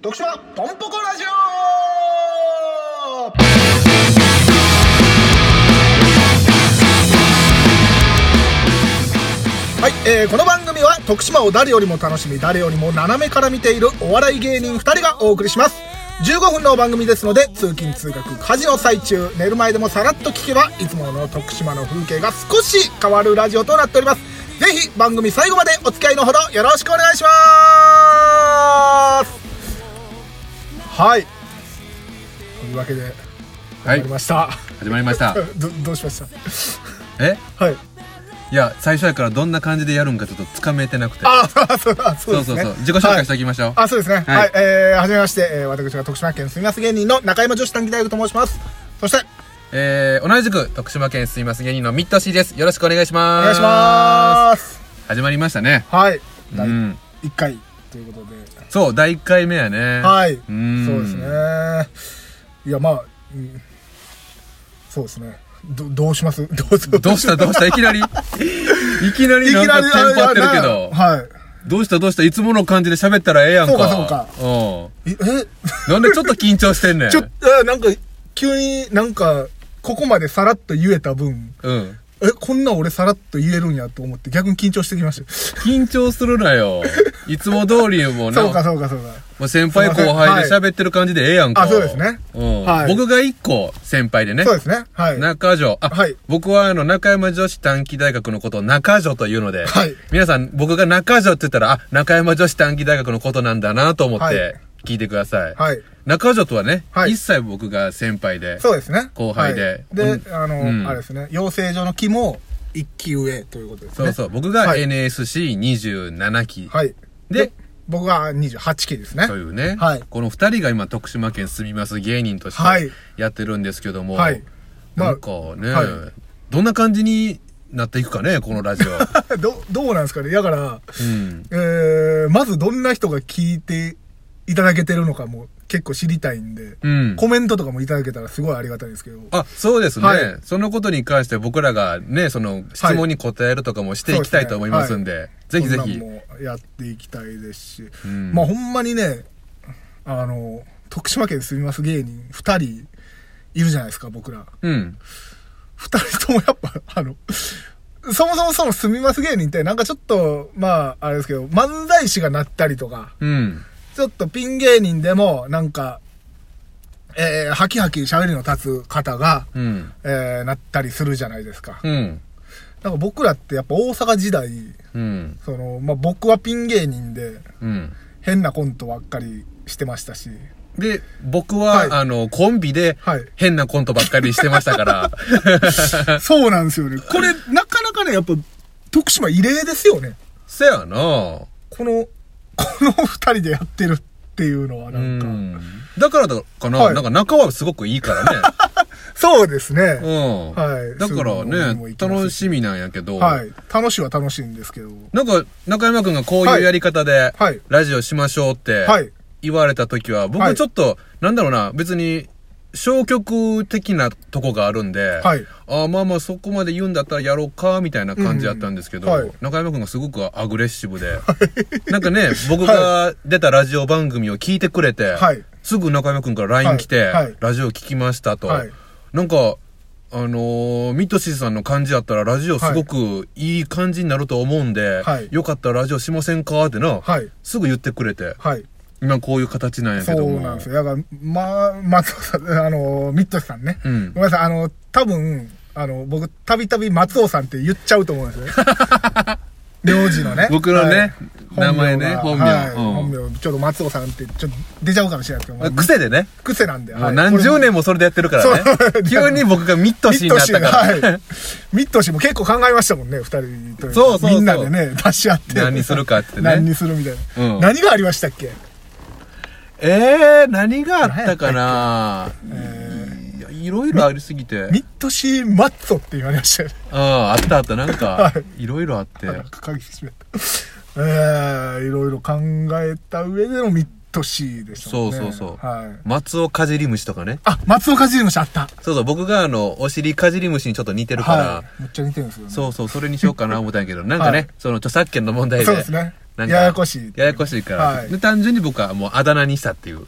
徳島ポンポコラジオはい、えーこの番組は徳島を誰よりも楽しみ誰よりも斜めから見ているお笑い芸人2人がお送りします15分の番組ですので通勤通学家事の最中寝る前でもさらっと聞けばいつもの徳島の風景が少し変わるラジオとなっておりますぜひ番組最後までお付き合いのほどよろしくお願いしますはいというわけでは終わいりました、 始まりましたどどうしましたえはいいや最初やからどんな感じでやるんかちょっとつかめてなくてあそうそうあそうそでうすそうねそう自己紹介しておきましょうあ、そうですね。はい、はいえー、はじめまして、えー、私が徳島県住みます芸人の中山女子短期大学と申します。そして、えー同じく徳島県住みます芸人のミットシーですよろしくお願いしおます願いします。す始まりましたねはい、う第ん一回ということで、そう第1回目やねはい、んそうですね。いや、まあ、うん、そうですね。ど、どうしますどうするどうしたどうしたいきな りいきなりなんかテンパってるけどはい。どうしたどうしたいつもの感じで喋ったらええやんかそうかそうかうんえ、えなんでちょっと緊張してんねんちょっと、なんか、急になんか、ここまでさらっと言えた分、うんえ、こんな俺さらっと言えるんやと思って逆に緊張してきました。緊張するなよいつも通りもうなそうかそうかそうか。もう先輩後輩で喋ってる感じでええやんか。あそうですねうん。はい僕が一個先輩でね。そうですね。はい。中条。あ、はい僕はあの、中山女子短期大学のことを中条というので、はい皆さん、僕が中条って言ったら、あ、中山女子短期大学のことなんだなと思っはいて、聞いてください。はい。中条とはね、はい一切僕が先輩で、そうですね。後輩ではいうで、あの、うんあれですね、養成所の木も一期上ということですそうね。そうう、僕がはい NSC27 期、はい。で、僕は28期ですねと。いうね、はいこの二人が今徳島県住みます芸人としはいてやってるんですけども、はいまあなんかね、はどんな感じになっていくかねこのラジオ、 うど、どうなんですかねだから、ん、えー、まずどんな人が聞いていただけてるのかも結構知りたいんで、うんコメントとかもいただけたらすごいありがたいですけど。あそうですね、はいそのことに関して僕らがねその質問に答えるとかもしていきたいと思いますんで,、ぜひぜこんひなんもやっていきたいですし、うんまあほんまにねあの徳島県に住みます芸人2人いるじゃないですか僕らうん2人ともやっぱあのそもそもその住みます芸人ってなんかちょっとまああれですけど漫才師がなったりとかうんちょっとピン芸人でもなんかえー、ハキハキ喋りの立つ方が、うんえー、なったりするじゃないですか。うんなんか僕らってやっぱ大阪時代、うんその、まあ、僕はピン芸人で、うん変なコントばっかりしてましたし、で僕は、はいあのコンビではい変なコントばっかりしてました から、そうなんですよね。これ、なかなかね、やっぱ、徳島異例ですよね。せやなこの、この二人でやってるっていうのはうなんか、んだからだかな、はいなんか仲はすごくい いからそうですね。ね。うん。はいだからそういうのも行、ねきます楽しみなんやけど、はい。楽しいは楽しいんですけど、なんか中山くんがこうはいいうやり方ではい、ラジオしましょうってはい言われた時は、はい僕ちょっと、なんだろうな、別に、消極的なとこがあるんで、はいああまあまあそこまで言うんだったらやろうか、みたいな感じだったんですけど、うんはい中山くんがすごくアグレッシブで、なんかね、僕が出たラジオ番組を聞いてくれて、はいすぐ中山くんから LINE 来はて、いはいラジオ聞きましたと、はいなんか、あのー、ミッドシーさんの感じやったらラジオすごくいい感じになると思うんで、はいよかったらラジオしませんかってな、はいすぐ言ってくれて、はい。今こういう形なんやけそども。うなんですよ。だから、まあ、松尾さん、あの、ミッドさんね。うんごめんなさい、あの、多分、あの、僕、たびたび松尾さんって言っちゃうと思うんです よね。名字のね。僕のねはい名前ね本本名名が。はいうん本名、ちょっと松尾さんって、ちょっと出ちゃうかもしれないですけまあど、癖でね、癖なんで。もはうい何十年もそれでやってるからねそう。急に僕がミッドシーになったから。ミッド氏はいミッド氏も結構考えましたもんね、二人といかそうそうそうみんなでね、出し合って。何にするかってね何にするみたいな。うん何がありましたっけえー、何があったかな、いやいろいろありすぎて。ミッド氏マッツォって言われましたよね。ああ、あったあった。なんはか、いろいろあって。なんか鍵閉めた。えー、いろいろ考えた上でのミッド氏でしたもんね。そうそうそうはい。松尾かじり虫とかね。あ、松尾かじり虫あった。そうそう、僕があの、お尻かじり虫にちょっと似てるから、はい。めっちゃ似てるんですよね。そうそう、それにしようかな思ったんやけど、なんかはね、いその著作権の問題で、そうですね。なんかややこしいややこしいから、はいで単純に僕はもうあだ名にしたっていう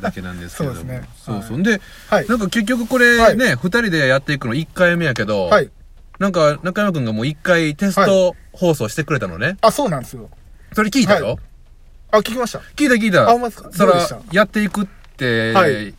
だけなんですけれども そうですねそうそうはで、はいなんか結局これね、二人でやっていくの1回目やけど、はいなんか中山くんがもう1回テスト放送してくれたのね、あそうなんですよそれ聞いたよ、はいあ聞きました聞いた聞いたあほんまですかそどうでしたらやっていくって、はい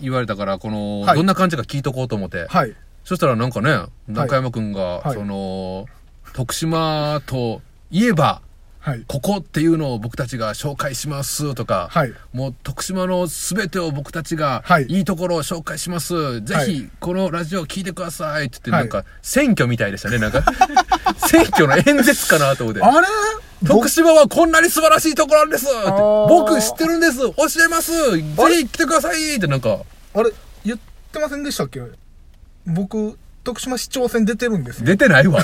言われたからこの、はいどんな感じか聞いとこうと思って、はいそしたらなんかね中山くんが、はいその徳島といえばはいここっていうのを僕たちが紹介しますとか、はいもう徳島の全てを僕たちがはいいいところを紹介します、ぜはひいこのラジオを聞いてくださいって言って、はいなんか選挙みたいでしたねなんか 選挙の演説かなと思ってあれ徳島はこんなに素晴らしいところなんですってー僕知ってるんです教えますぜあれひ来てくださいってなんかあれ言ってませんでしたっけ僕徳島市長選出てるんですよ出てないわ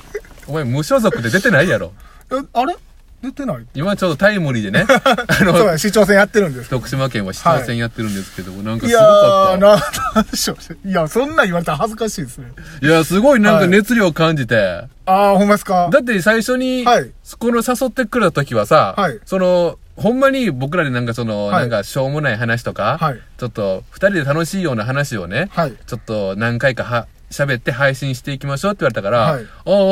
お前無所属で出てないやろえあれ出て ない今ちょうどタイムリーで ねあそうのや市長選やってるんです徳島県は市長選やってるんですけども、なんかいすやごかーったななんでしょういやそんなん言われたら恥ずかしいですねいやすごいなんかはい熱量感じて、ああほんまですかだって最初に、はいこの誘ってくれた時はさ、はいそのほんまに僕らでなんかその、はいなんかしょうもない話とか、はいちょっと二人で楽しいような話をね、はいちょっと何回かは喋って配信していきましょうって言われたから、はい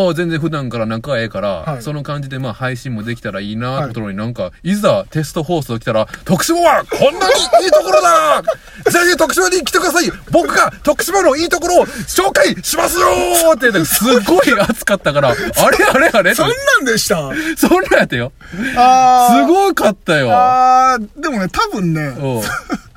ああ、全然普段から仲ええから、はいその感じでまあ配信もできたらいいなはっいてことなのになんか、いざテスト放送来たら、徳島はこんなにいいところだ ぜひ徳島に来てください僕が徳島のいいところを紹介しますよーって言って、すごい熱か ったから、あれあれあれってそんなんでしたそんなんやったよ。あすいごかったよ。あーでもね多分ね うん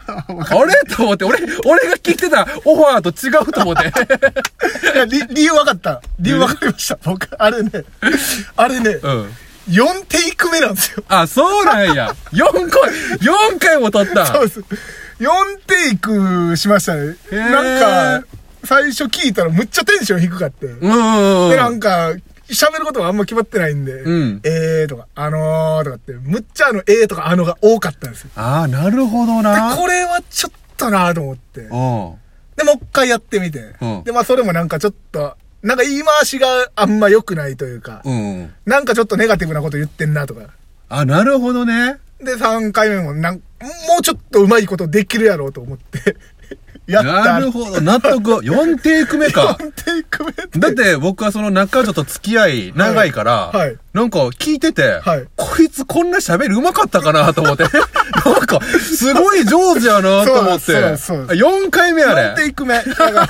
あれと思って、俺、俺が聞いてたオファーと違うと思っ て。いや理理由分かった理由分かりました僕あれねあれね、うん。四4テイク目なんですよあ、そうなん や。4回、4回も撮った。そうです4テイクしましたねへーなんか最初聞いたらむっちゃテンション低かって、うんうんでう。なんんか喋ることがあんま決まってないんで、うんえーとか、あのーとかって、むっちゃあの、えーとかあのが多かったんですよ。ああ、なるほどで な。これはちょっとなーと思って。うん。で、もう一回やってみて。うんで、まあそれもなんかちょっと、なんか言い回しがあんま良くないというか、うん。なんかちょっとネガティブなこと言ってんなとか。あ、なるほどね。で、3回目もなん、もうちょっとうまいことできるやろうと思って。 やった。なるほど。納得。4 テイク目か。 4テイク目ってだって僕はその中女と付き合い長いから、はいはいなんか聞いてて、はいこいつこんな喋り上手かったかなと 思って、なんかすごい上手やなと思そうでって、すそうですそうで4回目あ4れ、テイク目。だから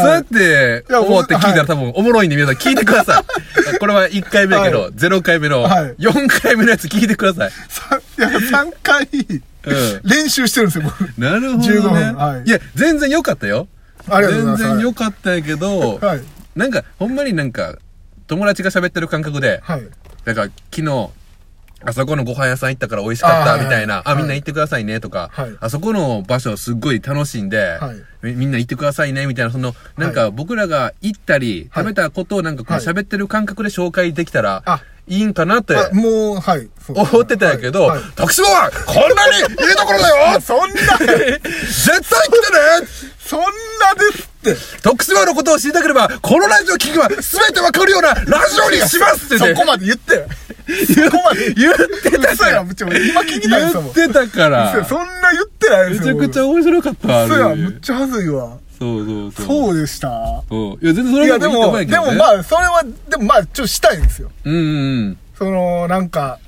そうやっていや思って聞いたはらい多分おもろいんで皆さん聞いてください。これは1回目やけど、は0回目のはい4回目のやつ聞いてください。さいや3回うん練習してるんですよ、僕。なるほど、ね。 15分はいや、全然良かったよ。ありがとうございます全然良かったんやけど、はいなんかほんまになんか友達が喋ってる感覚で、はい。なんか昨日、あそこのご飯屋さん行ったから美味しかっあたはいみたいな、あ、はいみんな行ってくださいねとか、はいあそこの場所すっごい楽しんで、はいみみんな行ってくださいねみたいな、その、なんか僕らが行ったり、はい食べたことをなんかこうはい喋ってる感覚で紹介できたらあ、いいんかなってあもう、はい。そう思ってたんやけど、はいはい徳島はこんなにいいところ だよあそんな、絶対来てねそんなですっ徳島のことを知りたければ、このラジオ聞けば全てわかるようなラジオにしますってて。そねこまで言ってよ。そこまで言ってた嘘やん、むっちゃ俺今聞きたいんです言もんっ。てたから。嘘やそんな言ってないめですちゃよ。くちゃゃ。面白かった。あれそうやん、むっちゃ恥ずいわ。そうそうそう。そうでした。うん。いや、全然そいれや、でも、でいいと思うもんやけどねまあ、それは、でもまあ、ちょっとしたいんですよ。うんうんその、なんか、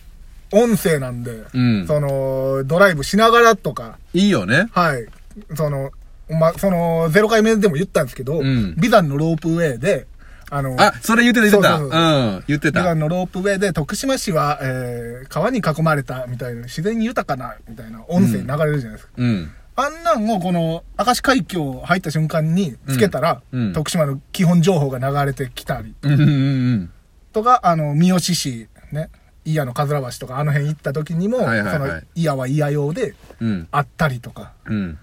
音声なんで、うんその、ドライブしながらとか、うん。いいよね。はい。その、ま、その、0回目でも言ったんですけど、んビザンのロープウェイで、あの、あ、それ言ってた言ってた。そうそううん。言ってビザた。ンのロープウェイで徳島市は、えー、川に囲まれたみたいな、自然に豊かな、みたいな音声流れるじゃないですか。うん。あんなんをこの、明石海峡入った瞬間につけたら、うんうん徳島の基本情報が流れてきたり、うんうんうんとか、あの、三好市、ね、伊谷のかずら橋とか、あの辺行った時にも、はいはいはいその、伊谷は伊谷用で、うん。うん。あったりとか、うん。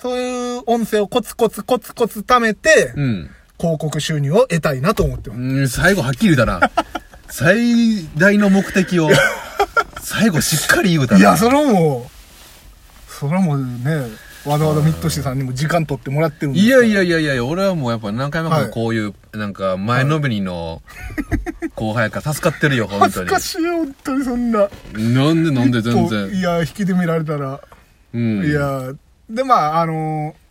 そういう音声をコツコツコツコツ貯めて、うん広告収入を得たいなと思ってます。うん。最後はっきり言うたな。最大の目的を、最後しっかり言うたな。いや、それはもう、それはもうね、わざわざミッドシーさんにも時間取ってもらってるんでいすやいやいやいや、俺はもうやっぱ何回もはいこういう、なんか前のめりの後輩やから助かってるよ、本恥当ずに。かしいよ本当にそんななんでなんで全こうい然。や引きで見られたら、うん。いやでまああのー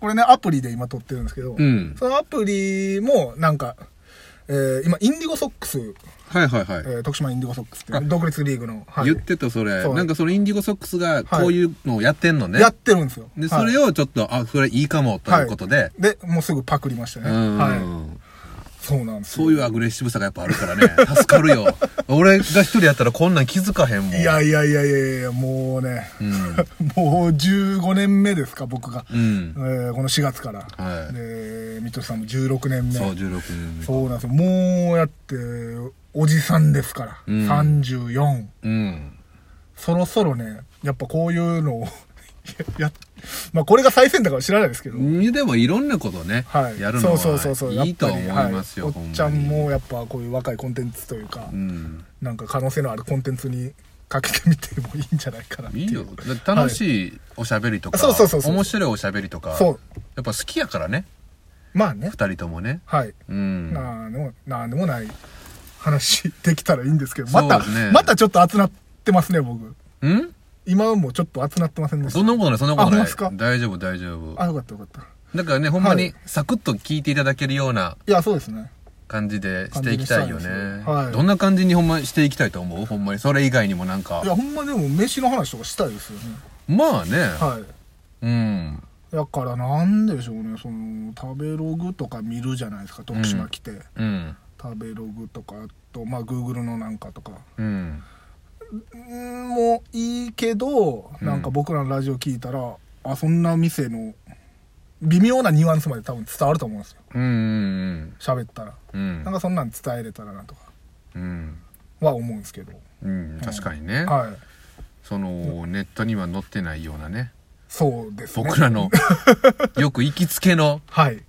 これねアプリで今撮ってるんですけど、うんそのアプリもなんか、えー今インディゴソックス、はいはいはい。えー徳島インディゴソックスっていう独立リーグの、はい言ってたそれ。そうなんかそのインディゴソックスがこういうのをやってんのね。やってるんですよで、それををちょっと、あ、それいいかも、ということで。でもうすぐパクりましたね、うんはい、そうなんですよそういうアグレッシブさがやっぱあるからね。助かるよ。俺が一人やったらこんなん気づかへんもん。いやいやいやいやいやもうね、 もう15年目ですか僕が、うんえ。ーこの4月から、はいで水戸さんも16年目そう、16年目。そうなんですよもうやっておじさんですから、うん34うん。そろそろねやっぱこういうのを ややまあこれが最先端かは知らないですけど、でもいろんなことね、はい、やるのそうそうそうそうはいいと思いやっぱりますよ、はいほおんっまちゃんに。もやっぱこういう若いコンテンツというか、うん。なんか可能性のあるコンテンツにかけてみてもいいんじゃないかなっていいういよ。だって楽しいおしゃべりとか、そうそうそうそう面白いおしゃべりとか、そうやっぱ好きやからね、まあね二人ともね。はい、うん。なんでもなんでもない話できたらいいんですけどまた、そうですねまたちょっと熱なってますね僕ん今はもうちょっと熱なってませんでしたそんなことない、そんなこあほとんなまいっすか。大丈夫、大丈夫。あよかったよかったいだからね、ほんまはにいサクッと聞いていただけるようなやそうですね感じでしていきたいよ感ね。じにしたいですはいどんな感じにほんましていきたいと思うほんまに。それ以外にもなんかい。やほんまでも飯の話とかしたいですよねまあね、はいうん。だからなんでしょうねその食べログとか見るじゃないですか徳島来て、うん。食べログとかあとまあグーグルのなんかとかううん。んもういいけどなんか僕らのラジオ聞いたら、あそんな店の微妙なニュアンスまで多分伝わると思うんですようん。うん。喋ったらうんなん。かそんなん伝えれたらなとかうん。は思うんですけどうん。確かにね。はいその、ネットには載ってないようなね。そうですね僕ら の、よく行きつけの、はい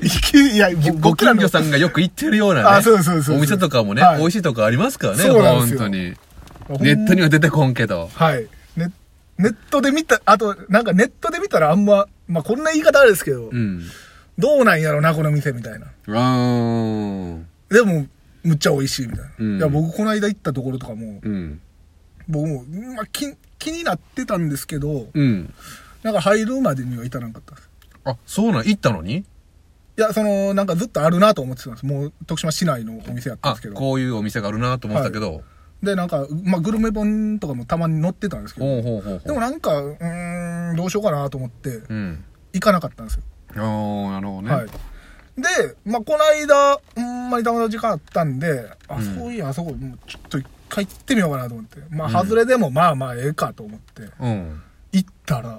いきいやぼご僕ら近の所さんがよく行ってるようなね。あそうそうそうそうお店とかもね、はい美味しいとこありますからね、そうなんですよ本当に。ほんネットには出てこんけど。はいネネットで見たあとなんかネットで見たらあんままあこんな言い方あれですけど、うん。どうなんやろなこの店みたいなうわーん。でもむっちゃ美味しいみたいな、うんいや僕この間行ったところとかもうん。僕も、まあ、気気になってたんですけどうん。なんか入るまでには至らなかったですあ、そうなん、行ったのにいやそのなんかずっとあるなと思ってたんですもう徳島市内のお店やったんあですけ、どこういうお店があるなと思ってたけど。でなんか、まあ、グルメ本とかもたまに載ってたんですけどほうほうほうほう。でもなんかうーんどうしようかなと思ってうん。行かなかったんですよ、あー、なるほどね。はいで、まあ、この間ほんまにたまたま時間あったんであ、うんそういやあそこもうちょっと一回行ってみようかなと思ってまあ外れでもまあまあええかと思ってうん。行ったら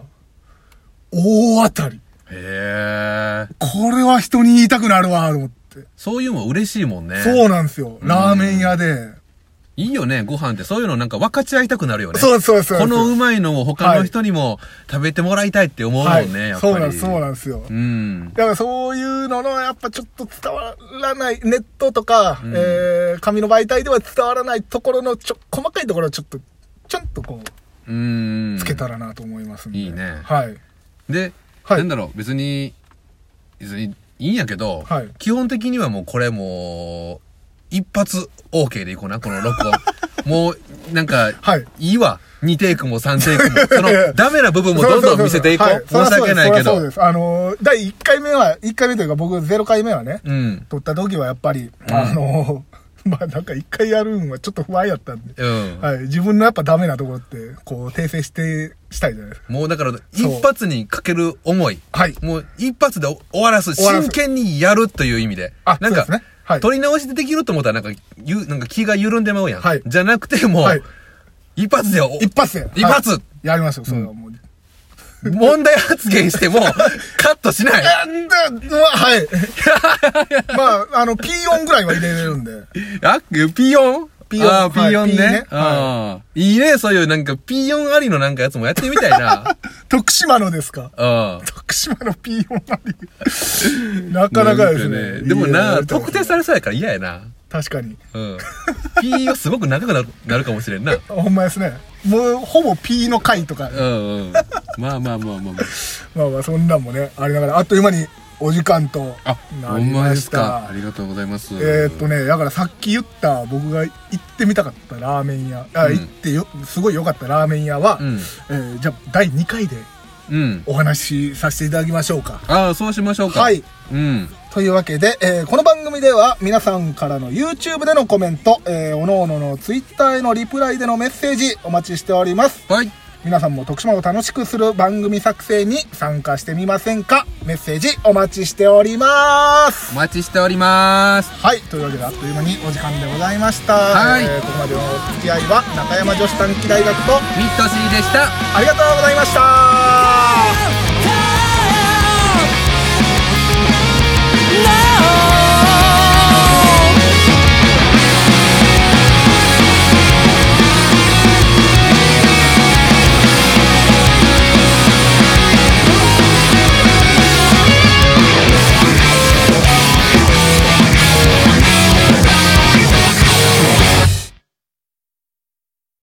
大当たりへえ。これは人に言いたくなるわと思って、そういうの嬉しいもんね。そうなんですよラーメン屋で、いいよね、ご飯って。そういうのなんか分かち合いたくなるよね。そうそうそうそうこのうまいのを他の人にも食べてもらいたいって思うもんね、やっぱり。そうなんそうなんですよ、うん。だからそういうのの、やっぱちょっと伝わらない、ネットとか、えー紙の媒体では伝わらないところのちょ、細かいところをちょっと、ちょんとこう、うん。つけたらなと思いますんで。いいねはい。で、はいなんだろう、別に、別にいいんやけど、はい基本的にはもうこれもう、一発 OK でいこうな、この録 音。もう、なんか、はいいわ。2テイクも3テイクも。その、ダメな部分もそどそんどそん見せていこう。は申し訳ないそりけゃそうですそりゃそうど。です。あのー、第1回目は、1回目というか僕0回目はね、うん。撮った時はやっぱり、あのー、 まあなんか1回やるんはちょっと不安やったんで。うん。はい。自分のやっぱダメなところって、こう、訂正して、したいじゃないですか。もうだから、そう一発にかける思い。はい。もう一発で終わらす。終わらす真剣にやるという意味で。あなんそうですかねはい、取り直しでできると思ったら、なんか、ゆ、なんか気が緩んでまうやん。はいじゃなくて、も、はいう一発でお、一発で。一発はいやりますよ、それはもう。問題発言し ても、カットしない。なんだ、うわ はい。まあ、あの、P 音ぐらいは入れれるんで。あ、ピヨンピヨンあーピヨンはいピーねね。あーいいね、そういうなんか、ピヨンありのなんかやつもやってみた いな。徳島のですかうん。徳島の P 音なり。なかなかですんかね。でもいやな、と思特う定されそうやから嫌やな。確かに。うん。ピーヨンすごく長くなるなるかもしれんな。ほんまですね。もう、ほぼ P の回とか。うんうん。まあまあまあまあまあ。まあまあそんなんもねありながらあっという間にお時間とあ、なほりんままでしすか。たありがとうございます。えーっとねだからさっき言った僕が行ってみたかったラーメン屋あ、うん行ってよすごい良かったラーメン屋は、うん。えーじゃあ第2回でうん。お話しさせていただきましょうかああ、そうしましょうか。はい。うん。というわけで、えーこの番組では皆さんからの YouTube でのコメント、えー、おのおのの Twitter へのリプライでのメッセージお待ちしておりますはい。皆さんも徳島を楽しくする番組作成に参加してみませんかメッセージお待ちしておりますお待ちしております。はいというわけであっという間にお時間でございました、はいえーここまでのお付き合いは中山女子短期大学とミッドシーでした。ありがとうございました